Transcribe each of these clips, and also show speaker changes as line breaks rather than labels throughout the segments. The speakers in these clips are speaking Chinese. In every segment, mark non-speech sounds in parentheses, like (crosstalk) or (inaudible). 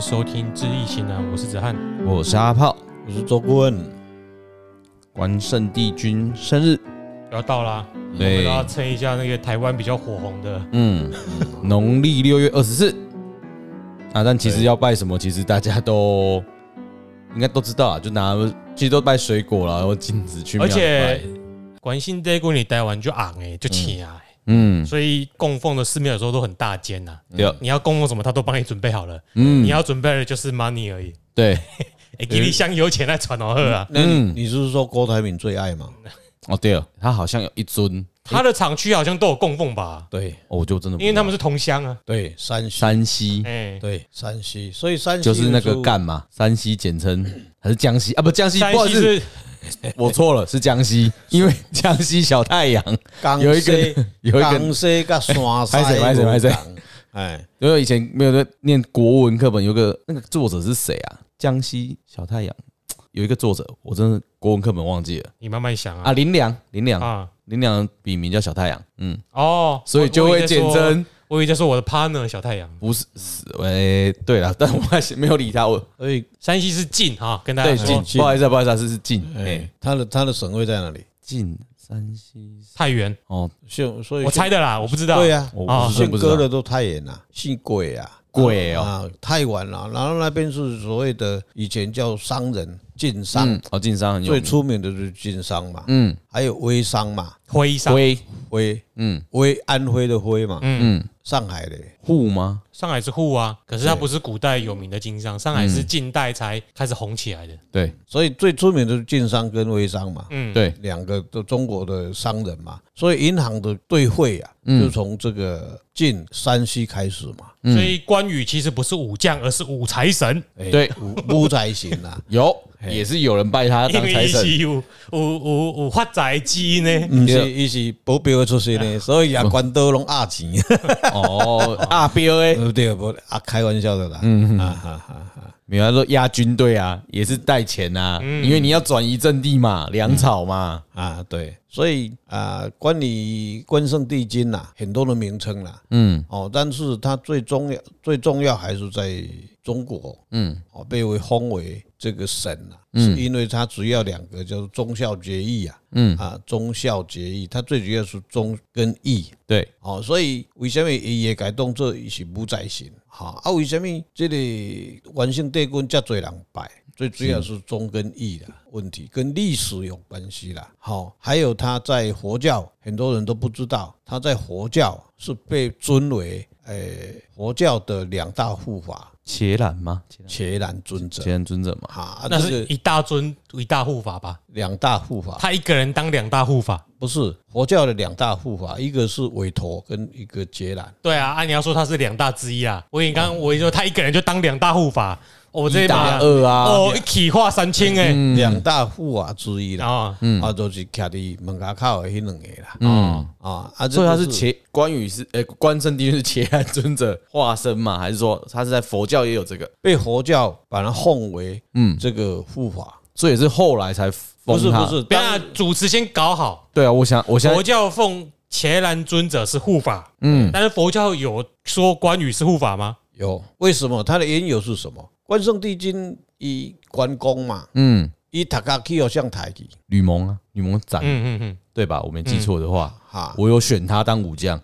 收听《知易行难》，我是子翰。
我是阿炮，
我是周顾问，
关圣帝君生日，
要到啦，我们
对
都，要蹭一下那个台湾比较火红的。
嗯，农历六月二十四啊，但其实要拜什么，其实大家都应该都知道啊，就拿其实都拜水果啦，然后金子去
而
庙里拜，
且关心这过你待完就昂哎，就请啊、
嗯，
所以供奉的寺庙有时候都很大间呐、
对，啊
你要供奉什么，他都帮你准备好了。
嗯
你，要准备的就是 money 而已。
对，
哎、给你香油钱来传哦喝啊！
那你,、
嗯
你是不是说郭台铭最爱嘛？
哦对了，他好像有一尊，
他的厂区好像都有供奉吧？
对
哦我就真的不知
因
道
为他们是同乡啊。
对，山西
山西，
哎、
对山西，所以山西
就是那个
就
赣嘛，山西简称还是江西啊？不，江西，
山
不好意
西
思，
是
我错了，是江西，因为江西小太阳
江
有一个
西
(laughs) 有一个
江西跟山
(laughs)
西，
拍谁拍谁拍谁，
哎，
因为以前没有在念国文课本，有个那个作者是谁啊？江西小太阳有一个作者，我真的国文课本忘记了
你慢慢想啊
啊。林良，林良，
啊
林良笔名叫小太阳，嗯，
哦，
所以就会
我
简
以为在说
称
我以为在说我的 partner 小太阳，
不是死喂。对了， (laughs) 但我还是没有
(laughs)
理他，我
所以
山西是晋哈，跟大
对
家
晋
说，
晋
不好意思啊，不好意思啊，是是晋，哎
哎，，他的他的省会在哪里？
晋山西
太原，
哦，
姓所以
我猜的啦，我不知道。
对呀、
我
啊
我是真
姓
不知
哥的
道，
都太原啦、姓鬼啊，
鬼哦
啊，太原啦、然后那边是所谓的以前叫商人晋商，
嗯，哦，晋商很有
最
名，
出名的就是晋商嘛，
嗯，
还有微商嘛，
徽上
徽，
徽
嗯
徽安徽的徽嘛，
嗯，
嗯，
上海的
户吗？
上海是沪啊，可是它不是古代有名的经商，上海是近代才开始红起来的。
对
所以最出名的是晋商跟微商嘛，
嗯，
对，
两个都中国的商人嘛，所以银行的兑汇啊，
嗯
就从这个晋山西开始 (laughs) 嘛，
嗯
所以关羽其实不是武将，而是武财神，
哎
对，
五五财神啊，
有也是有人拜他
哎因
当
为
财
他
神，
是有有有有发财基因呢。
不是，伊是保镖出身的，所以也官都拢压 (laughs) 钱，
哦，阿彪哎，
对不对？不啊，开玩笑的啦，嗯啊哈哈哈，
没有，他说压军队啊，也是带钱啊，因为你要转移阵地嘛，粮草嘛，
啊对，所以啊，关于关圣帝君呐、很多的名称啦，
嗯
哦，但是它最重要、最重要还是在中国，
嗯，
哦，被为封为这个神啊，
嗯
是因为它主要两个叫做忠孝节义啊，
嗯
啊，忠孝节义，它最主要是忠跟义，
对，
哦，所以为什么伊会改当做伊是武财神？哈啊，为什么这个元圣帝君遮多人拜？最主要是忠跟义的问题，跟历史有关系啦。好，还有他在佛教，很多人都不知道，他在佛教是被尊为诶、佛教的两大护法
伽蓝吗？
伽蓝尊者
伽。蓝尊者嘛，
哈，啊
那
这
是啊
个
一大尊一大护法吧？
两大护法
他一个人当两大护法。
不是佛教的两大护法，一个是韦陀跟一个伽蓝。
对啊，按你要说他是两大之一啊。我以为刚刚我一说他一个人就当两大护法，哦我这
一
一
打
把
二啊，
哦一起化三清哎
两大护法之一啦。
啊，
啊，就是徛伫门口口的迄两个啦。
嗯，
啊啊，
所以他是
这个
伽关羽是呃关圣帝君是伽蓝尊者化身嘛，还是说他是在佛教也有这个？
被佛教把它奉为
嗯，
这个护法，
所以也是后来才封
不是
他
不，是，
不要
当
让主持先搞好。
对啊，我想我现
佛
在
教奉伽蓝尊者是护法，
嗯
但是佛教有说关羽是护法吗？
有为什么？它的缘由是什么？关圣帝君以关公嘛，
嗯，
以塔卡去要哦向台去，
吕蒙啊，吕蒙斩
嗯嗯嗯，
对吧？我没记错的话，
哈，
我有选他当武将，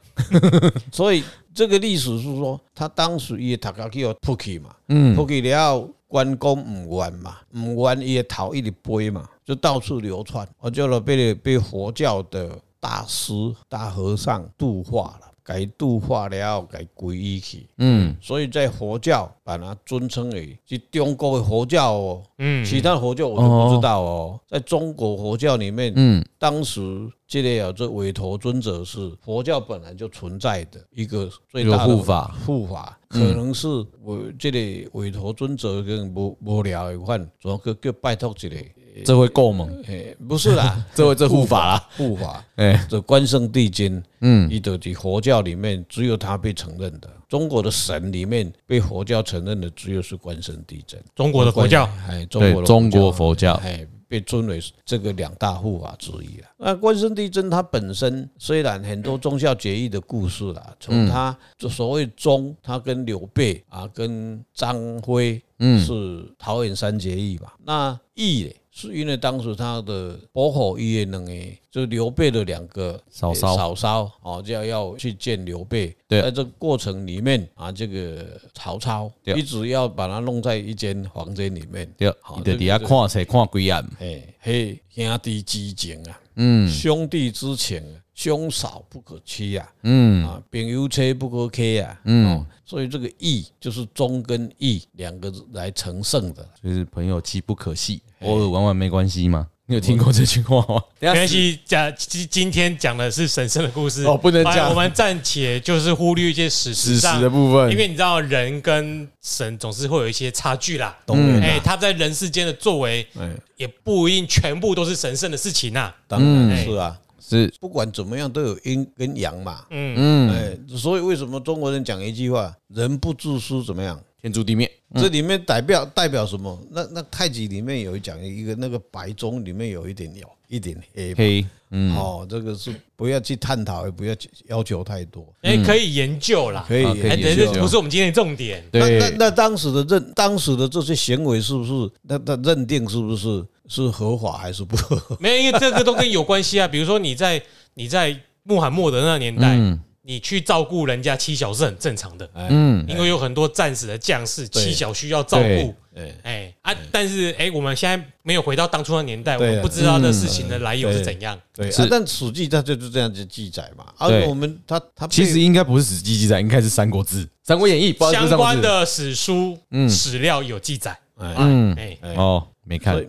所以这个历史是说，他当时伊塔卡去要扑去嘛，
嗯
扑去了。关公唔愿嘛，唔愿伊的头一直飞嘛，就到处流窜，我就了被被佛教的大师大和尚度化了，改度化了，改皈依去。
嗯
所以在佛教把它尊称为是中国的佛教哦，
嗯
其他佛教我就不知道哦。在中国佛教里面，
嗯
当时这类啊，这韦陀尊者是佛教本来就存在的一个最大
一
的
个护法，嗯
护法可能是我这类韦陀尊者跟无无聊一款，主要去去拜托一个，
这会够猛，
诶，不是啦，
(laughs) 这会这护法啦，
护法
哎、
这关圣帝君。
嗯，
伊的佛教里面只有他被承认的，中国的神里面被佛教承认的只有是关圣帝君。
中国的佛教
关，哎，中
对
国，的
中国
佛
佛教
教，哎，被尊为这个两大护法之一啊了。那关圣帝君他本身虽然很多忠孝节义的故事啦，从他就所谓忠，他跟刘备啊，跟张辉，嗯，是桃园三结义嘛。那义嘞，是因为当时他的伯侯义两个，就是刘备的两个
嫂嫂
嫂嫂哦，就要要去见刘备。
对
在这个过程里面啊，这个曹操
对
一直要把他弄在一间房间里面。
对，
好
你在底下
这个
看册看几暗，
哎，嘿，兄弟之情啊，
嗯
兄弟之情啊，兄少不可欺啊，
嗯
啊，朋友车不可开啊，
嗯，
所以这个义就是忠跟义两个来成圣的。
就是朋友妻不可戏，偶尔玩玩没关系吗？你有听过这句话吗？
没关系，讲今今天讲的是神圣的故事
哦不能讲
反正我们暂且就是忽略一些史实
史实
上
的部分，
因为你知道人跟神总是会有一些差距啦。
当然
哎、
嗯
啦，
他在人世间的作为
哎，
也不一定全部都是神圣的事情呐、
当然是啊，
是
不管怎么样都有阴跟阳嘛。
嗯
哎，所以为什么中国人讲一句话“人不自私”怎么样？
天诛地灭，
这里面代表代表什么？那那太极里面有讲一个那个白中里面有一点有一点黑嘛，
黑嗯
哦，这个是不要去探讨，也不要去要求太多，
哎、可以研究啦。
可以
啊嗯可以
哎，
研
等
究
这不是我们今天的重点。
那那
对
那当时的认当时的这些行为是不是？那那认定是不是是合法还是不合
(laughs)
法？
(laughs) 没有，因为这个都跟有关系啊。比如说你在你在穆罕默德那年代，
嗯
你去照顾人家妻小是很正常的，
哎
嗯
因为有很多战死的将士
对
妻小需要照
对
顾。
哎，
哎啊，但是哎，我们现在没有回到当初那年代，我
对啊嗯
们不知道这事情的来由是
对
怎样。
对，
是
啊但《史记》它就是这样子记载嘛。而
对
我们他他被
其实应该不是《史记》记载，应该是《三国志》《三国演义》，不好意思，
相
三国
关
志
的史书、
嗯
史料有记载。
嗯
哎，
哦没看
所以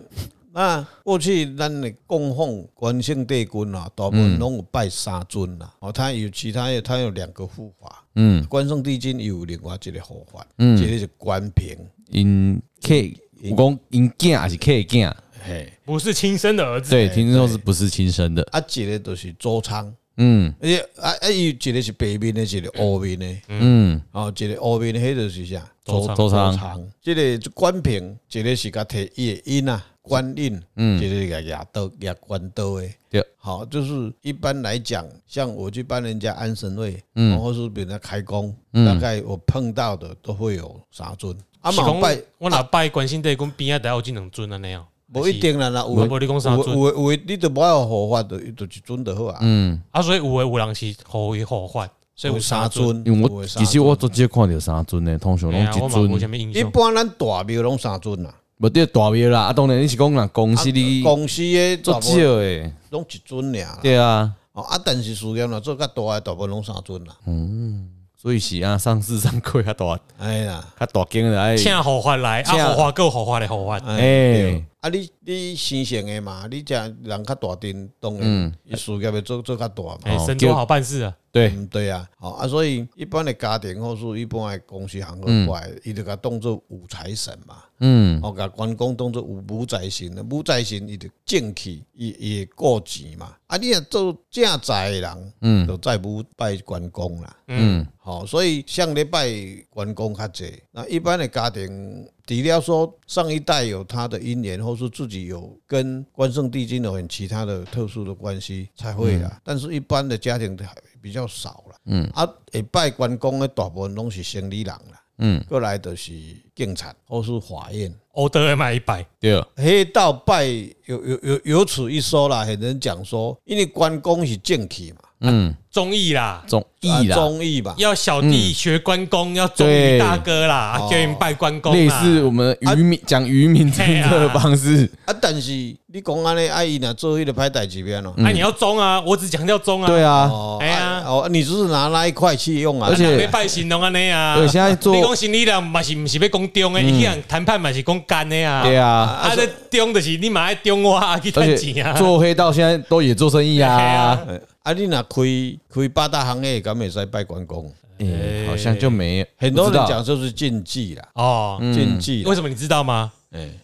那过去咱的供奉关圣帝君啊，大部
嗯
分拢有拜三尊啦、哦，他有其他的，他有两个护法。
嗯
关圣帝君有另外一个护法，嗯，一个是关平，
因 K 我讲因囝还是 K 囝，
嘿，
不是亲生的儿子。
对，听说是不是亲生的？
啊，一个就是周仓，
嗯
而且啊啊，有一个是白面的，一个黑面的，
嗯，
哦，一个黑面的，迄就是啥？
周仓
周仓
仓，这个就关平，一个是甲摕伊的印啊，官印，嗯，一个是甲牙刀牙关刀的。
对，
好，就是一般来讲，像我去帮人家安神位，嗯，或是给人家开工，
嗯
大概我碰到的都会有啥尊。啊，
是
嘛有
讲
拜，
我若拜关心帝君边仔，得有这两尊安尼哦。
无一定啦，啦，有
无
的
无你讲啥
有
尊
的有的有的你都无要护法的，就一尊就好啊。嗯，
啊，所以有诶有人是互伊互换，所以有
三
三尊。
尊，
因为
有
我
的
其
三
实我做这看到三尊的，通常拢
哎呀我
一
嘛无
尊
啥，物印
一
象。
般咱大庙拢三尊啦，
无得大庙啦。啊，当然你是讲人公司你
公司的大
做
部分
少诶，
拢一尊尔啦。
对啊，
哦，啊，但是事业若做较大诶，大部分拢三尊啦。
嗯所以是啊，上市上柜较大
哎呀，
较大间的哎，
请互换来，
请
啊，互换够互换来互换。
哎
哎，
啊你你新鲜诶嘛，你遮人较大阵，当
嗯
然伊事业要做做较大嘛。
哎，
哦
神
叫
多好办事啊！
对，
嗯，对啊，哦啊，所以一般的家庭或是一般的公司行业外，伊就甲当做武财神嘛，
嗯
哦，甲关公当做武武财神，武财神伊就正气，伊伊会顾钱嘛。啊，你若做正财的人，嗯，就再不拜关公啦。
嗯
好、所以上礼拜关公较济，那一般的家庭，除了说上一代有他的姻缘，或是自己有跟关圣帝君有很其他的特殊的关系才会啦。但是一般的家庭还比较少啦。嗯，啊，会拜关公的大部分拢是生理人啦，
嗯，
过来就是警察或是法院。
欧德尔买一百，
对，
黑道拜有有有有此一说啦，很多人讲说，因为关公是正气嘛，
嗯，
忠义啦，
中
啊
意啦，
忠义嘛，
要小
嗯
弟学关公，要忠于大哥啦，啊叫你拜关公
类
啦。
似我们渔民讲渔民政策的方式，
啊，但是你讲安尼，啊，伊若做迄个歹代志变咯。
哎，你要忠啊，我只强调忠啊。
嗯对
啊，
啊，
哦，
哎呀
啊哦，你只是拿那一块去用啊，
而且
被拜神拢安尼啊。
而且现在做嗯
你讲心理人嘛是毋是要讲忠诶，伊人谈判嘛是讲干诶啊。
对啊，
啊，这中就是你嘛爱中我啊，去
而
赚
且
钱啊。
做黑道现在都也做生意
嘿
啊
啊，
哎啊，你若开开八大行业，敢会使拜关公？
嗯，好像就没有
很多
不知
人
道
讲就是禁忌啦，
哦，
嗯
禁忌啦。哎
为什么你知道吗？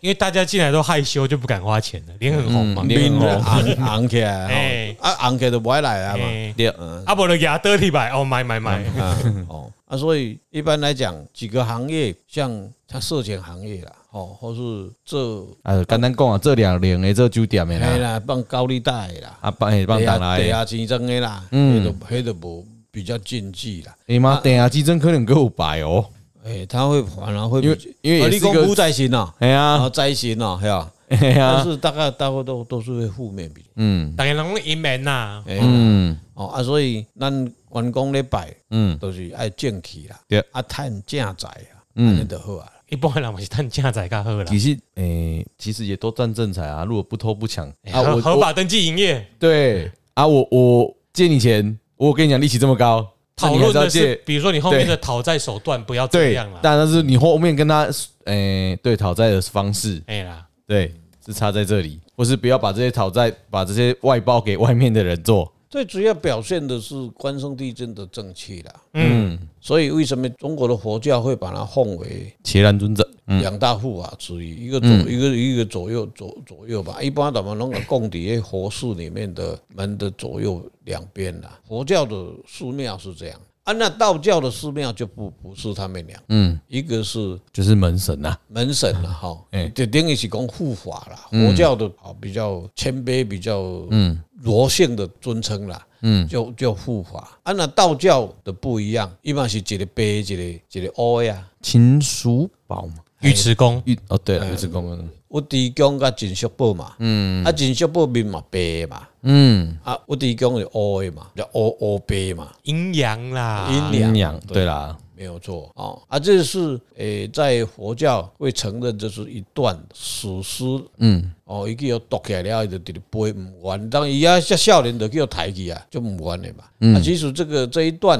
因为大家进来都害羞，就不敢花钱了，脸很红嘛。
脸
面
很红
红 (laughs) 红起
嗯
来
啊
哦
哎
嗯
吼，啊红起来就不爱来啊嘛。
哎
对，
啊，无就牙得去买，哦，买买买，
啊哦，啊，所以一般来讲，几个行业，像像色情行业啦，哦，或是做
啊，简单讲啊，做两零的，做酒
哎
店的
嘿
啦，
啦，放高利贷的啦，
啊，帮诶帮打
地
来，
下竞争的啦，嗯，迄都迄都无比较禁忌啦，
你哎妈等下基真可能给我摆哦，
诶，他会反而会比
因为因为
啊
也是
你
一
讲
个
不在行呐，
哎
然
呀
后在行呐，嘿啊，
哎
但
呀，
是大概大概都都是会负面比较，
嗯
大家拢英文呐，
哎，
嗯
哦啊，所以咱员工咧拜
嗯，
都是爱正气啦
对，
啊，趁正财啊，
嗯
安尼就好啊，
一般的人嘛是趁正财较好啦
其。实诶，其实也都占正财啊，如果不偷不抢啊，
合
我
合
我
法登记营业，
对啊，我我借你钱，我跟你讲利息这么高，那
讨
你
论
还是要
的是
借，
比如说你后面的讨债手段不要这
对
样啦，，
但是你后面跟他诶对讨债的方式，
哎啦，
对，是差在这里，或是不要把这些讨债，把这些外包给外面的人做。
最主要表现的是关圣帝君的正气啦。
嗯，
所以为什么中国的佛教会把它奉为
伽蓝尊者，
两大护法之一？一个左一个一个左右左左右吧，一般咱们能够供底下佛寺里面的门的左右两边啦。佛教的寺庙是这样。啊，那道教的寺庙就不不是他们俩，
嗯，
一个是
就是门神啊呐、
门神了哈
哎，
就等于是讲护法啦。佛教的啊比较谦卑，比较嗯柔性的尊称啦，嗯，就就护法。啊，那道教的不一样，一般是一个白一个一个啊乌呀。
秦叔宝嘛，
尉迟恭，
玉哦，对
哎
了，玉子公，
有地宫甲金色宝嘛，嗯，啊金色宝面嘛白的嘛，
嗯，
啊有地宫是乌的嘛，叫乌乌白嘛，
阴阳啦，
阴
阴
阳
阳，对啦，
没有错哦。啊，这是诶、在佛教会承认这是一段史诗，
嗯，
哦，伊叫有读起来了，伊就直直背毋完。当伊啊，遮少年就叫抬去啊，就毋完的嘛。啊，其实这个这一段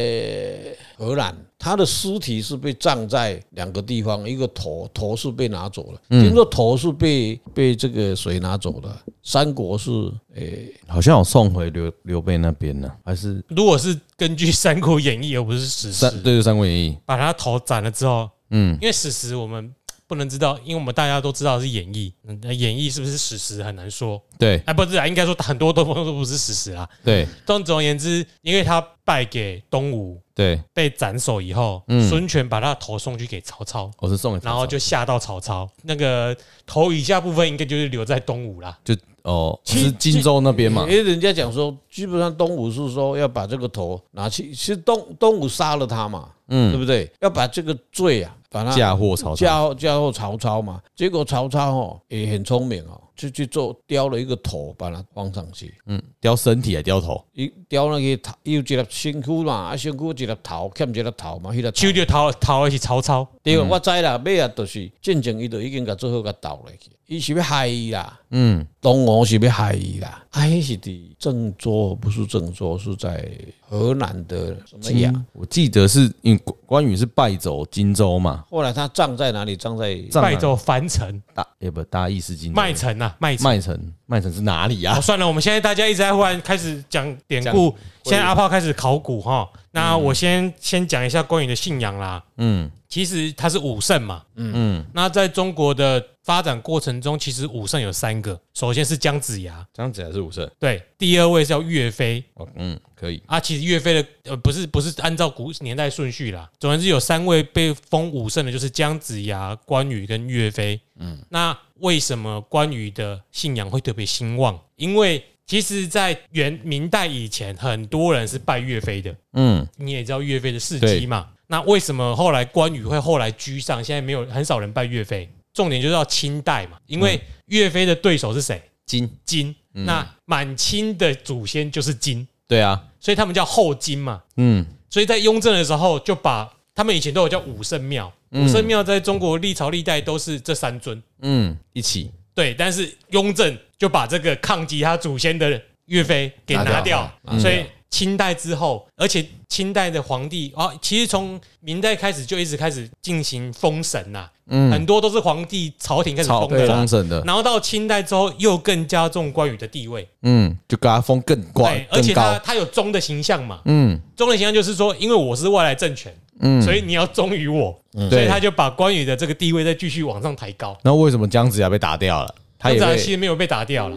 在荷兰，他的尸体是被葬在两个地方，一个头头是被拿走了，听说头是被被这个谁拿走的？三国是诶、
好像有送回刘刘备那边呢，还是
如果是根据《三国演义》而不是史
三
实，
对《三国演义》，
把他头斩了之后，
嗯，
因为史实我们不能知道，因为我们大家都知道是演义，嗯那演义是不是史实很难说。
对
哎，不是啊，应该说很多都不都不是史实啦。
对
但总而言之，因为他败给东吴，
对，
被斩首以后，孙权把他的头送去给曹操，
我是送嗯给曹操，
然后就吓到曹操。那个头以下部分应该就是留在东吴啦。
就哦是荆州那边嘛
因，为人家讲说，基本上东吴是说要把这个头拿去，其实东东吴杀了他嘛，嗯，对不对？要把这个罪啊，把他
嫁祸曹操，
嫁祸嫁祸曹操嘛。结果曹操哦也很聪明哦，就去做雕了一个头，把它放上去，
嗯，雕身体还雕头，
一雕那个头，有一粒身躯嘛，啊身躯一粒头，欠一粒头嘛，迄个
就就逃逃起曹操，
对，
嗯
我知啦，尾啊就是进前伊就已经甲做好甲斗落去，伊是要害伊啦，
嗯，
东吴是要害伊啦，啊，迄是伫郑州，不是郑州，是在河南的什
哎
么呀？
嗯我记得是因为关关羽是败走荆州嘛，
后来他葬在哪里？葬在
葬
败走樊城、
大也不大意是荆州
麦城啊，麦城。
麦城，麦城是哪里啊
哦，？算了，我们现在大家一直在忽然开始讲典故，现在阿炮开始考古哈。那我先先讲一下关羽的信仰啦。
嗯
其实他是武圣嘛，
嗯，
那在中国的发展过程中，其实武圣有三个，首先是姜子牙，
这样子还是武圣。
对，第二位是叫岳飞
哦，嗯，可以。
啊。其实岳飞的呃不是不是按照古年代顺序啦，总而言之有三位被封武圣的，就是姜子牙、关羽跟岳飞。嗯，那为什么关羽的信仰会特别兴旺？因为其实，在元明代以前，很多人是拜岳飞的。
嗯，
你也知道岳飞的事
对
迹嘛。那为什么后来关羽会后来居上？现在没有很少人拜岳飞，重点就是要清代嘛，因为岳飞的对手是谁？
金。
金。那满清的祖先就是金，
对啊，
所以他们叫后金嘛。
嗯，
所以在雍正的时候，就把他们以前都有叫武圣庙，武圣庙在中国历朝历代都是这三尊。
嗯，一起
对，但是雍正就把这个抗击他祖先的岳飞给拿
拿掉
掉
了，
所以清代之后，而且清代的皇帝啊，其实从明代开始就一直开始进行封神呐、很多都是皇帝朝廷开始
朝
封的啦
封。神的，
然后到清代之后，又更加重关羽的地位，
嗯，就给他封更高
对，而
更
且他
高。
他有忠的形象嘛，
嗯
忠的形象就是说，因为我是外来政权，
嗯，
所以你要忠于我，嗯所以
对
他。就把关羽的这个地位再继续往上抬高。
那为什么姜子牙被打掉了？他也
姜子牙
被
其实没有被打掉了，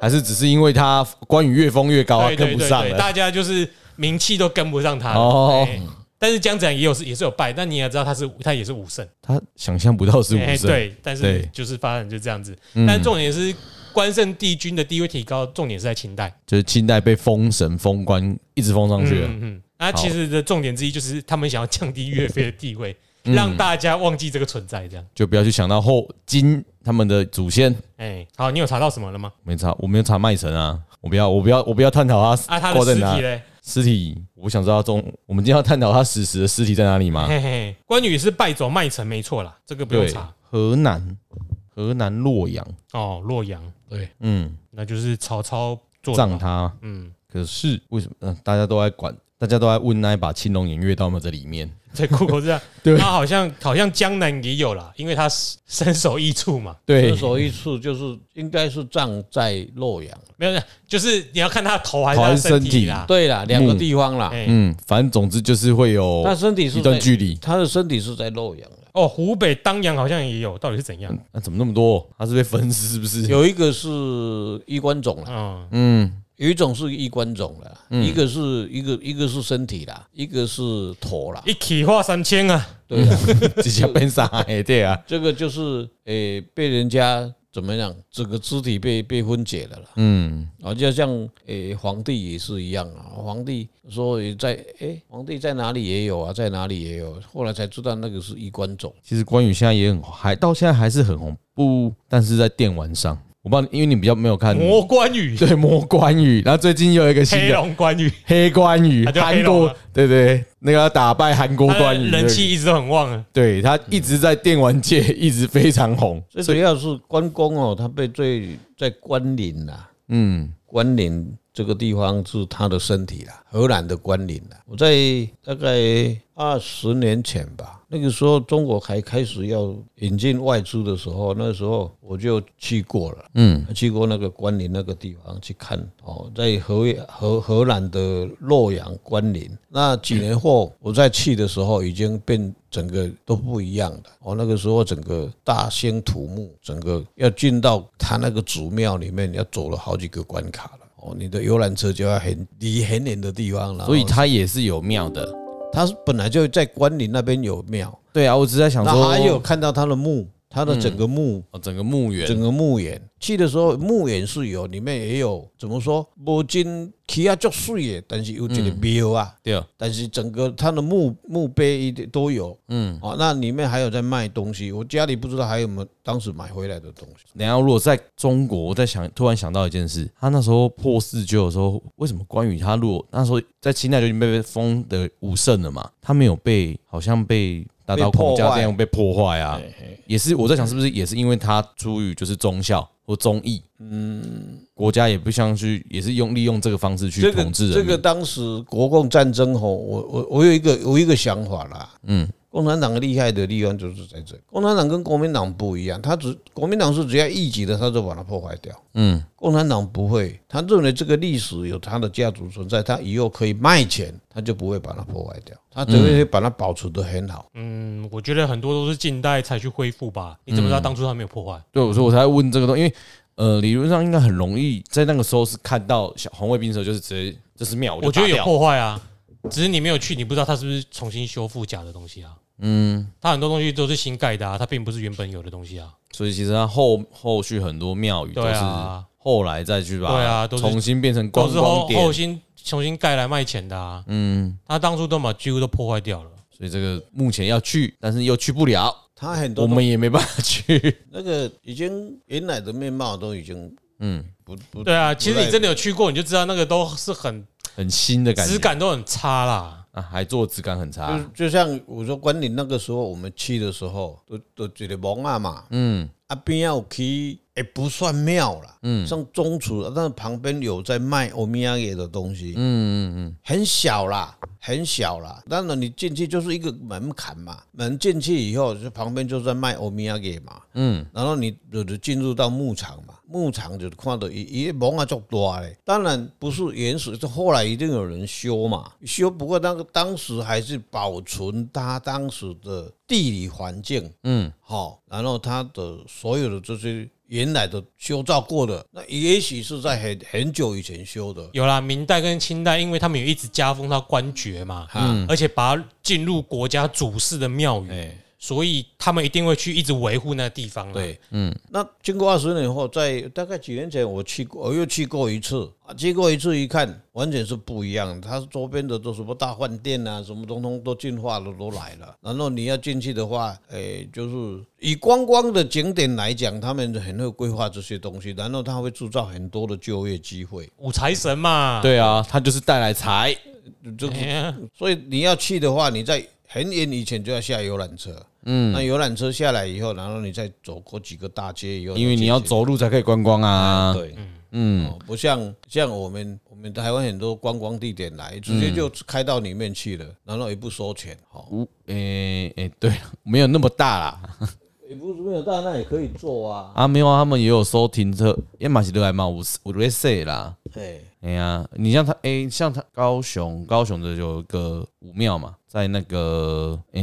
还是只是因为他关羽越封越高，他
对
哦跟
对
不
对
上
对，
了。
大家就是名气都跟不上他了。
哦
哎，但是姜子牙也有是也是有拜，但你也知道他是他也是武圣，
他想象不到是武
哎
圣，
对，但是
对
就是发展就这样子。
嗯
但重点是关圣帝君的地位提高，重点是在清代。
就是清代被封神封官，一直封上去了。
嗯嗯，那其实的重点之一就是他们想要降低岳飞的地位，
嗯
让大家忘记这个存在。这样，
就不要去想到后金他们的祖先。
哎，好，你有查到什么了吗？
没查，我没有查麦城啊，我不要，我不要，我不要探讨他
啊，他的
挂在
尸
哪
体嘞，
尸体，我想知道中，我们今天要探讨他死时的尸体在哪里吗？
嘿嘿，关羽是败走麦城，没错啦，这个不用
啊对
查，
河南，河南洛阳，
哦。洛阳，对，
嗯，
那就是曹操做的
葬
嘛，
他。
嗯，
可是为什么？嗯、大家都在管，大家都在问那一把青龙偃月刀有没有在里面？
在酷狗这样，
(laughs) 对
他好像好像江南也有啦，因为他身首异处嘛，
对
这，首一次就是应该是葬在洛阳。
没有，就是你要看他的头还是
头
他
还
的
是
身
身体
体啦，
对啦，两个地方啦，
哎，
啊嗯，反正总之就是会有
他身体是
一段
在
距离。
他的身体是在洛阳啦
哦，湖北当阳好像也有，到底是怎样？
那、啊怎么那么多？他是被分尸是不是？
有一个是衣冠冢啦，
嗯，
嗯，
有一种是衣冠冢啦，一个是一个一个是身体啦，一个是头啦，
嗯
一起画三千啊，
对啦，
(laughs) 直接变傻哎，对啊，
这个就是诶、被人家怎么样，整个肢体被被分解了啦。
嗯，
啊，就像诶、皇帝也是一样啊，皇帝说也在诶、皇帝在哪里也有啊，在哪里也有，后来才知道那个是衣冠冢。
其实关羽现在也很红还到现在还是很红，不，但是在电玩上，我不知道，因为你比较没有看
魔关羽，
(laughs) 对啊魔关羽，然后最近又有一个新
黑
的
龙关羽，
黑关羽
啊，对
韩
黑龙
国
啊
对对，那个要打败韩国
他的
关羽，
人气一直都很旺啊。
对对他一直在电玩界 (laughs) 一直非常红，
最主要是关公哦，他被最在关岭啦、
嗯，
关岭这个地方是他的身体啦，荷兰的关岭啦。我在大概二十年前吧，那个时候中国还开始要引进外资的时候，那时候我就去过了，嗯，去过那个关岭那个地方去看哦，在荷荷荷兰的洛阳关岭。那几年后我再去的时候，已经变整个都不一样了。哦，那个时候整个大兴土木，整个要进到他那个祖庙里面，要走了好几个关卡了。哦，你的游览车就要很离很远的地方了。
所以他也是有庙的。
他是本来就在关岭那边有庙，
对啊，我只是在想
那
说，
还有看到他的墓，他的整个墓。
哦整个墓园，
整个墓园去的时候，墓园是有，里面也有怎么说，无真起啊足水的，但是有一个庙啊，
对啊，
但是整个它的墓墓碑一定都有，嗯，哦，那里面还有在卖东西，我家里不知道还有没有当时买回来的东西，
然后如果在中国，我在想，突然想到一件事，他那时候破四旧的时候，为什么关羽他如果那时候在清代就已经被封的武圣了嘛，他没有被好像被打到孔家这样被破坏啊？也是我在想，是不是也是因为他出于就是忠孝或忠义，嗯，国家也不想去，也是用利用这个方式去
这个
统治
这
人
个
民。
当时国共战争吼，我我我有一个我有一个想法啦，嗯，共产党的厉害的地方就是在这里，共产党跟国民党不一样，他只国民党是只要一级的他就把它破坏掉，
嗯，
共产党不会，他认为这个历史有它的价值存在，他以后可以卖钱，他就不会把它破坏掉，他只会把它保存得很好。
嗯，我觉得很多都是近代才去恢复吧。你怎
嗯
么知道当初他没有破坏？
对，我说我才问这个东西，因为呃，理论上应该很容易在那个时候是看到小红卫兵的时候，就是直接这是庙，
我觉得有
就打掉
破坏啊，只是你没有去，你不知道它是不是重新修复假的东西啊。嗯，它很多东西都是新盖的啊，它并不是原本有的东西啊。
所以其实它后后续很多庙宇都
对
是
啊
后来再去把
对啊都
它
是
重新变成观
都是后后
光点，
新重新盖来卖钱的啊。嗯，他当初都把几乎都破坏掉了。
所以这个目前要去，但是又去不了，
他很多
我们也没办法去。 (laughs)
那个已经原来的面貌都已经
嗯，
不不
对啊，其实你真的有去过，你就知道那个都是很
很新的感
质
觉
感啊都很差啦。
啊，还做质感很
就
差。
就像我说关岭那个时候我们去的时候，都都觉得蒙啊嘛，
嗯，
啊边要去也不算庙啦，嗯，像中厨，但是旁边有在卖欧米亚给的东西，嗯嗯嗯，很小啦，很小啦。当然你进去就是一个门槛嘛，门进去以后就旁边就在卖欧米亚给嘛，嗯，然后你就是进入到牧场嘛，牧场就看到一一蒙啊足大嘞，当然不是原始，这后来一定有人修嘛，修不过那个当时还是保存它当时的地理环境，好，然后它的所有的这些原来的修造过的，那也许是在很很久以前修的，
有啦，明代跟清代，因为他们有一直加封到官爵嘛，而且把它进入国家主祀的庙宇，
哎，
所以他们一定会去一直维护那个地方啦。
对，嗯，那经过二十年后，在大概几年前我去过，我又去过一次啊，去过一次一看，完全是不一样。它周边的都什么大饭店啊，什么通通都进化了，都来了。然后你要进去的话，哎，就是以观光的景点来讲，他们很会规划这些东西，然后他会制造很多的就业机会。
五财神嘛，
对啊，他就是带来财，
这个
哎呀，
所以你要去的话，你在很远以前就要下游览车。嗯，那游览车下来以后，然后你再走过几个大街以后，
因为你要走路才可以观光啊。
对，嗯，哦不像像我们我们台湾很多观光地点来，直接就开到里面去了，然后也不收钱，好，
五，诶诶，对，没有那么大啦。
也不是没有，但那也可以做啊，
啊，没有啊，他们也有收停车，也马是都来嘛，我我都会说啦。
哎，
哎呀，你像他，哎、像他高雄，高雄的有一个武庙嘛，在那个哎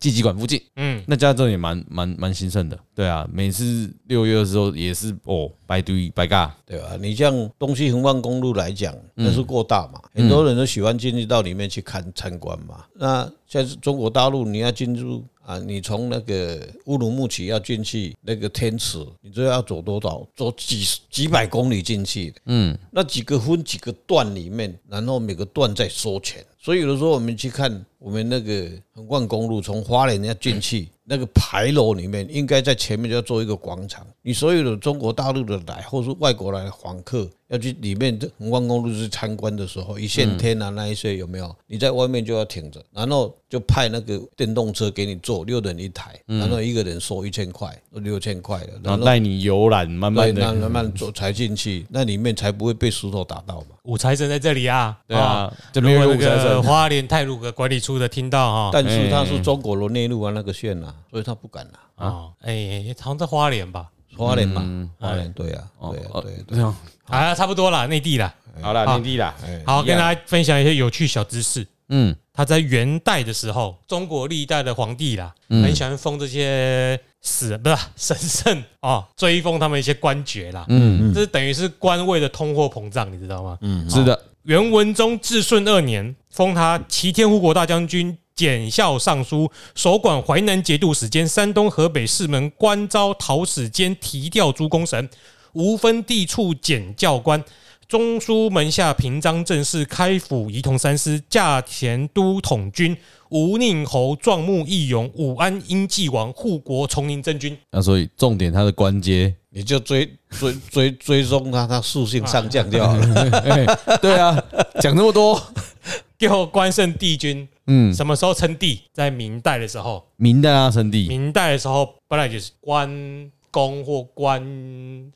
季集馆附近，
嗯，
那家真的也蛮蛮蛮兴盛的。对啊，每次六月的时候也是哦，白堆白尬，
对吧？你像东西横贯公路来讲，那是过大嘛，很多人都喜欢进去到里面去看参观嘛。那像是中国大陆，你要进入啊，你从那个乌鲁木齐要进去那个天池，你这要走多少？走几十几百公里进去。嗯，那几个分几个段里面，然后每个段再收钱。所以有的时候我们去看我们那个横贯公路，从花莲要进去。那个牌楼里面，应该在前面就要做一个广场。你所有的中国大陆的来，或是外国来的访客，要去里面的横贯公路去参观的时候，一线天啊那一些有没有？你在外面就要停着，然后就派那个电动车给你坐，六人一台，然后一个人收一千块，六千块了，
然
然
后
后
带你游览，慢
对，
慢
那
的，
慢慢走才进去，那里面才不会被石头打到嘛。
五财神在这里啊，
对啊，就没
如
有
果
武
那
财
个
神，
花莲泰鲁阁管理处的听到哈，
哦
但是它是中国的内陆啊那个县呐、啊，所以他不敢呐、啊，
哦，哎，好像在花莲吧，
花莲嘛，花莲对啊，
嗯哦
对啊
哦
对啊。
对啊，
啊，差不多啦，内地啦。
(laughs) 好啦，内地啦，
好，
一
跟
样
大家分享一些有趣小知识。
嗯，
他在元代的时候，中国历代的皇帝啦，
嗯
很喜欢封这些死不是神圣哦，追封他们一些官爵啦。嗯，这是等于是官位的通货膨胀，你知道吗？
嗯是的，
元文宗至顺二年，封他齐天护国大将军、检校尚书，守管淮南节度使兼山东、河北四门关招讨使兼提调诸公省，无分地处检校官。中书门下平章政事、开府仪同三司、驾前都统军、吴宁侯、壮木义勇、武安英济王、护国崇宁真军。 (laughs)
那啊所以重点它的关节，
你就追追追追踪他，他属性上降就好
哎
了。
对啊，讲那么多，
六关圣帝君，嗯，什么时候称帝？ (laughs) 在明代的时候，
明代啊，圣地，
明代的时候，本来就是关公或关，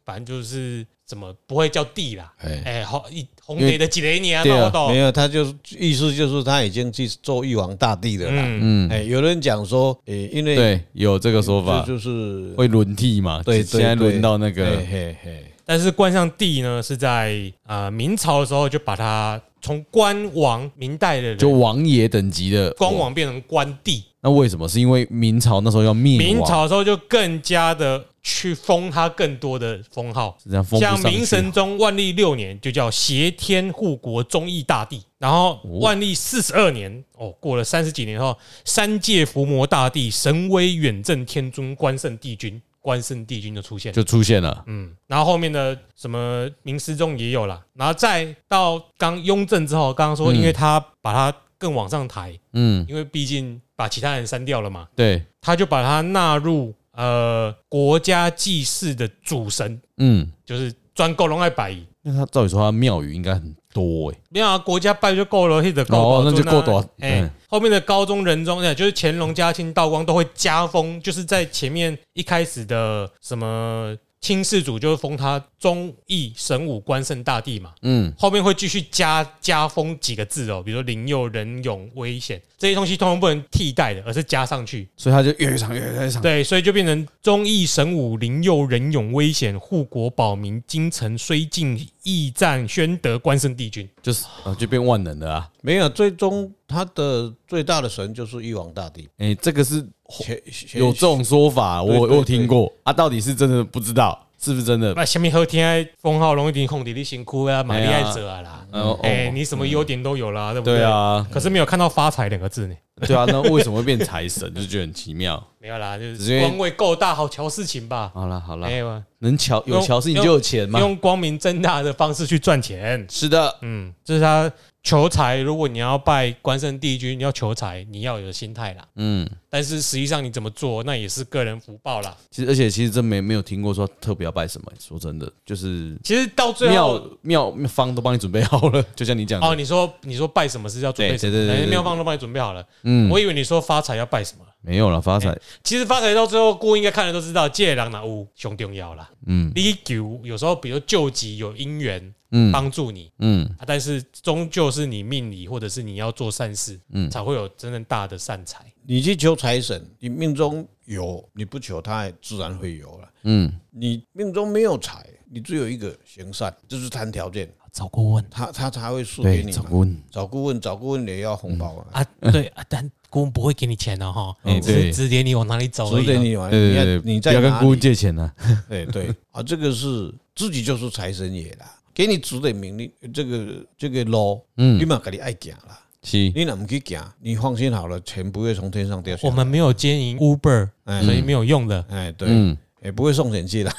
反正就是怎么不会叫帝啦。
哎
哎、红一红蝶的几雷年，
对啊
我懂
(laughs) 没。有，他就是意思就是他已经去做玉皇大帝了啦。
嗯，
哎，有人讲说，哎，因为
对，有这个说
这
法，
就是
会轮替嘛，
对对哎
现在轮到那个
嘿嘿嘿，
但是冠上帝呢，是在呃明朝的时候就把它从官王，明代的人
就王爷等级的
官。王变成官帝。
那为什么？是因为明朝那时候要灭亡
明朝的时候就更加的去封他更多的封号，
是这样封不上
像
去
明神宗万历六年就叫挟天护国忠义大帝，然后
哦
万历四十二年哦，过了三十几年后，三界伏魔大帝神威远镇天尊关圣帝君，关圣帝君就出现了。
就出现了。
嗯，然后后面的什么明思宗也有啦，然后再到刚雍正之后，刚刚说因为他把他更往上抬，
嗯，
因为毕竟把其他人删掉了嘛，
对，
他就把它纳入呃国家祭祀的主神，
嗯，
就是专供龙爱百亿。
那他照理说他庙宇应该很多哎、
没有啊，国家拜就够了，那个够
哦那就够多
哎、
嗯
后面的高宗仁宗，哎就是乾隆、嘉庆、道光都会加封，就是在前面一开始的什么清世祖就是封他忠义神武关圣大帝嘛。
嗯，
后面会继续加加封几个字哦，比如说灵佑、仁勇、危险这些东西，通通不能替代的，而是加上去。
所以他就越来越长，越来越长。
对，所以就变成忠义神武、灵佑、仁勇、危险、护国保民、京城、绥靖、义战、宣德、关圣帝君。
就是啊，就变万能的啊。
没有，最终他的最大的神就是玉皇大帝。
哎、这个是
前前
有这种说法，
对
我我
对
有听过啊，到底是真的不知道，是不是真的？
那下面后天封号龙一定控制你辛苦啊，玛丽爱者啊啦，
嗯哎哦
哎，你什么优点都有啦，对不
对？啊，
可是没有看到发财两个字呢，
对啊，那为什么会变财神？就觉得很奇妙。
没有啦，就
只是
是
因为
官位够大，好瞧事情吧？
好了好了
没，有啊，
哎能瞧有瞧事你就有钱嘛。
用光明正大的方式去赚钱，
是的，
嗯，这是他求财。如果你要拜关圣帝君，你要求财，你要有心态啦。
嗯，
但是实际上你怎么做，那也是个人福报啦。
其实而且其实真没没有听过说特别要拜什么。说真的，就是
其实到最
庙
后，
庙方都帮你准备好了， (laughs) 就像你讲的，
哦，你说你说拜什么是要准备
对
什么？
对对对
哎
对
妙方都帮你准备好了。
嗯，
我以为你说发财要拜什么，
没有了发财，
其实发财到最后，顾应该看的都知道，借狼拿屋熊重要啦。
嗯
你求有时候比如救急有因缘
嗯
帮助你，
嗯，
啊但是终究是你命理或者是你要做善事，
嗯
才会有真正大的善财。
你去求财神，你命中有，你不求他，自然会有了。
嗯，
你命中没有财，你只有一个行善，就是谈条件，
找顾问，
他他才会输给
对，
你
找
嘛。
顾问，嗯
找顾问，找顾问也要红包啊，
啊，对啊，但顾问不会给你钱的哈，
哎
只
对
是指点你往哪里走而
指
已啊。
点你嘛。
对对对
哎你看，
对，
你
哎不要
在
跟
哪
顾问
里？
借钱呢。
对对啊，这个是自己就是财神爷啦，给你指点命令，这个这个路，
嗯
你嘛给你爱行啦。
是，
你哪不去行？你放心好了，钱不会从天上掉下
我
来。
们没有经营 Uber，
哎
所以没有用的。
哎，对，
嗯，
也不会送钱去啦。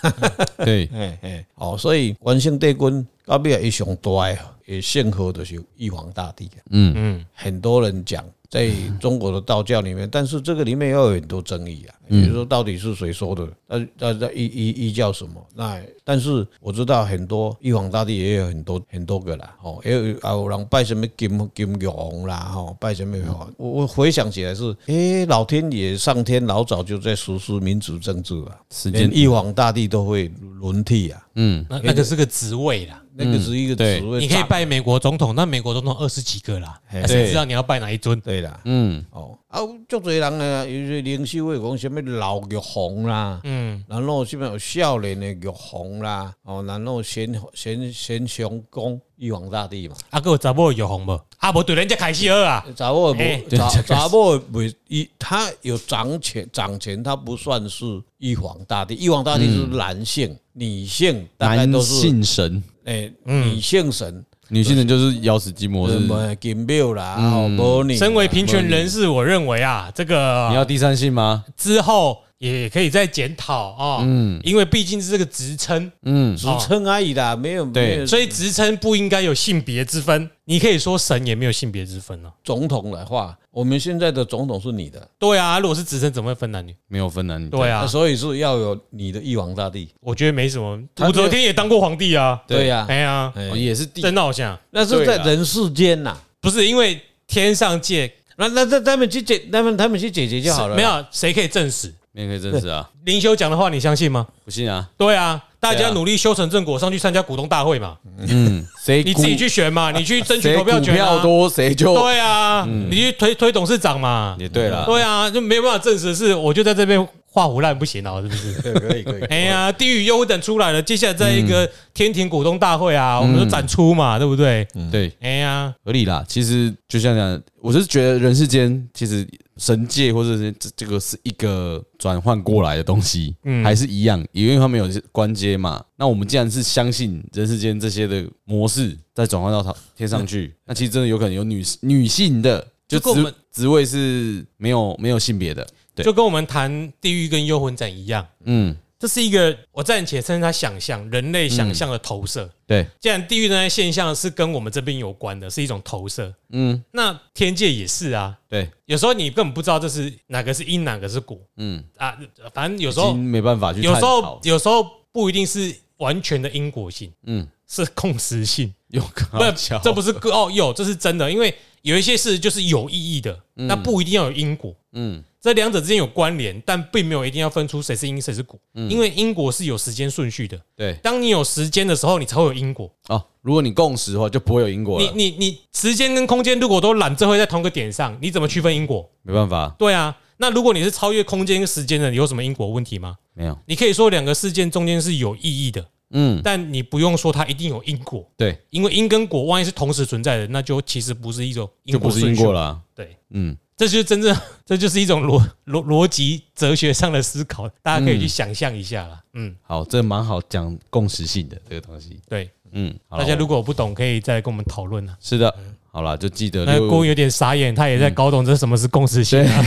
对，
嘿嘿，哦，所以关圣帝君到尾啊伊上大诶，诶信号就是玉皇大帝。啊
嗯，
嗯，
很多人讲，在中国的道教里面，但是这个里面也有很多争议啊，比如说到底是谁说的，那那那依依依教什么？那但是我知道很多玉皇大帝也有很多很多个啦，哦，也有啊有人拜什么金金玉皇啦，哦，拜什么哦，我我回想起来是，诶，老天爷上天老早就在实施民主政治啊，
时间
(laughs) 连，玉皇大帝都会轮替啊。
嗯，
那那个是个职位啦，
那个是一个职位，
你可以拜美国总统，那美国总统二十几个啦，
嘿
啊谁知道你要拜哪一尊？
对啦，
嗯，
哦，啊，足侪人啊，有些领袖会讲什么老玉皇啦，
嗯，
然后什么有少年的玉皇啦，哦，然后先先先雄公玉皇大帝嘛，
啊，个查某有红无？啊，无对人家开始学啊，
查某
哎
不查查某不一，他有掌权掌权，他不算是玉皇大帝，玉皇大帝是男性、女性，大概
嗯男
都是
性神，
哎
嗯
女性神，
女性神就是妖死金魔，
什
是嗯
么金庙啦，哦，魔女啦，
身为平权人士，我认为啊，这
你要
个
第三性吗？
之后也可以再检讨啊，嗯，因为毕竟是这个职称，
嗯，
职称而已啦，没有
对
没有
所以职称不应该有性别之分。你可以说神也没有性别之分啊。
总统的话，我们现在的总统是你的，
对啊，如果是职称，怎么会分男女？
没有分男女，
对啊
那，所以是要有你的玉皇大帝。
我觉得没什么。
他
武则
就
天也当过皇帝啊，
对呀、
哎呀，
哎
哦，也是第
真闹像
那是在人世间呐、
不是因为天上界啊
那那那他们去解，他们他们去解决就好了。
没，有谁可以证实
面可以证实啊，
灵修讲的话，你相信吗？
不信啊，
对啊，大
对
家
啊
努力修成正果，上去参加股东大会嘛，
嗯，谁
你
股
自己去选嘛，你去争取
谁
投票
股
权
票
啊。
多谁就
对啊，你去推推董事长嘛。
也对了，
对啊，就没有办法证实是，我就在这边画胡烂不行啊，是不是？ (laughs)
对，可以可以。
哎呀，地狱优等出来了，接下来在一个天庭股东大会啊，我们就展出嘛，对不对？
对，
哎呀，
合理啦。其实就像讲，我是觉得人世间其实神界或者是这这个是一个转换过来的东西，
嗯
还是一样，因为他们有关阶嘛。那我们既然是相信人世间这些的模式再转换到他天上去，那其实真的有可能有女女性的。就
就跟我
职
们
职位是没有没有性别的，对
就跟我们谈地狱跟幽魂展一样，
嗯，
这是一个我暂且称它想象，人类想象的投射。
对，
既然地狱那些现象是跟我们这边有关的，是一种投射，
嗯，
那天界也是啊。
对，
有时候你根本不知道这是哪个是因，哪个是果
嗯，
啊。反正有
有
时候，
没办法去
有
探
时候
讨，，
有时候不一定是完全的因果性，
嗯，
是共识性。
有
不
高桥，，
这不是个哦，有这是真的，因为有一些事就是有意义的，那不一定要有因果，
嗯
这两者之间有关联，但并没有一定要分出谁是因谁是果，
嗯
因为因果是有时间顺序的。
对
当你有时间的时候，你才会有因果。
哦，如果你共识的话，就不会有因果
你
了，
你你时间跟空间如果都揽这会在同一个点上，你怎么区分因果？
没办法，
对啊，那如果你是超越空间跟时间的，你有什么因果问题吗？
没有，
你可以说两个事件中间是有意义的，
嗯，
但你不用说它一定有因果，
对，
因为因跟果万一是同时存在的，那就其实不是一种因
就
果
不是
顺
因
序
果了啊，
对，
嗯，
这就是真正， (laughs) 这就是一种逻逻逻辑哲学上的思考，大家可以去想象一下啦。嗯，
好，这蛮好讲共识性的这个东西。
对，
嗯，好
大
啦
家如果不懂，可以再来跟我们讨论啊。
是的，好了，就记得
那
六
郭文有点傻眼，他也在搞懂这什么是共识性啊。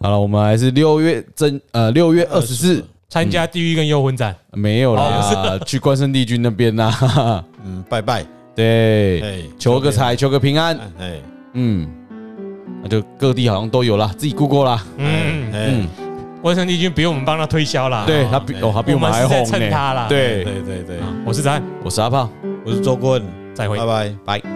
好了，我们还是六月真呃六月二十
(laughs)
四哦
参加地狱跟幽魂展，
没有啦，去关圣帝君那边啦。哈哈
嗯，拜拜，
对，
哎，
求个财，求个平安。
哎，
嗯，那就各地好像都有啦，自己 Google 啦。
嗯，
哎，
关圣帝君比我们帮他推销啦。
对
哦
他比哦，他比
我
们
们
还
是在
红
蹭
呢。
他啦。
对，
对对对，嗯
啊，我是詹，
我是阿炮。
我是周坤，
再会
拜。拜，拜。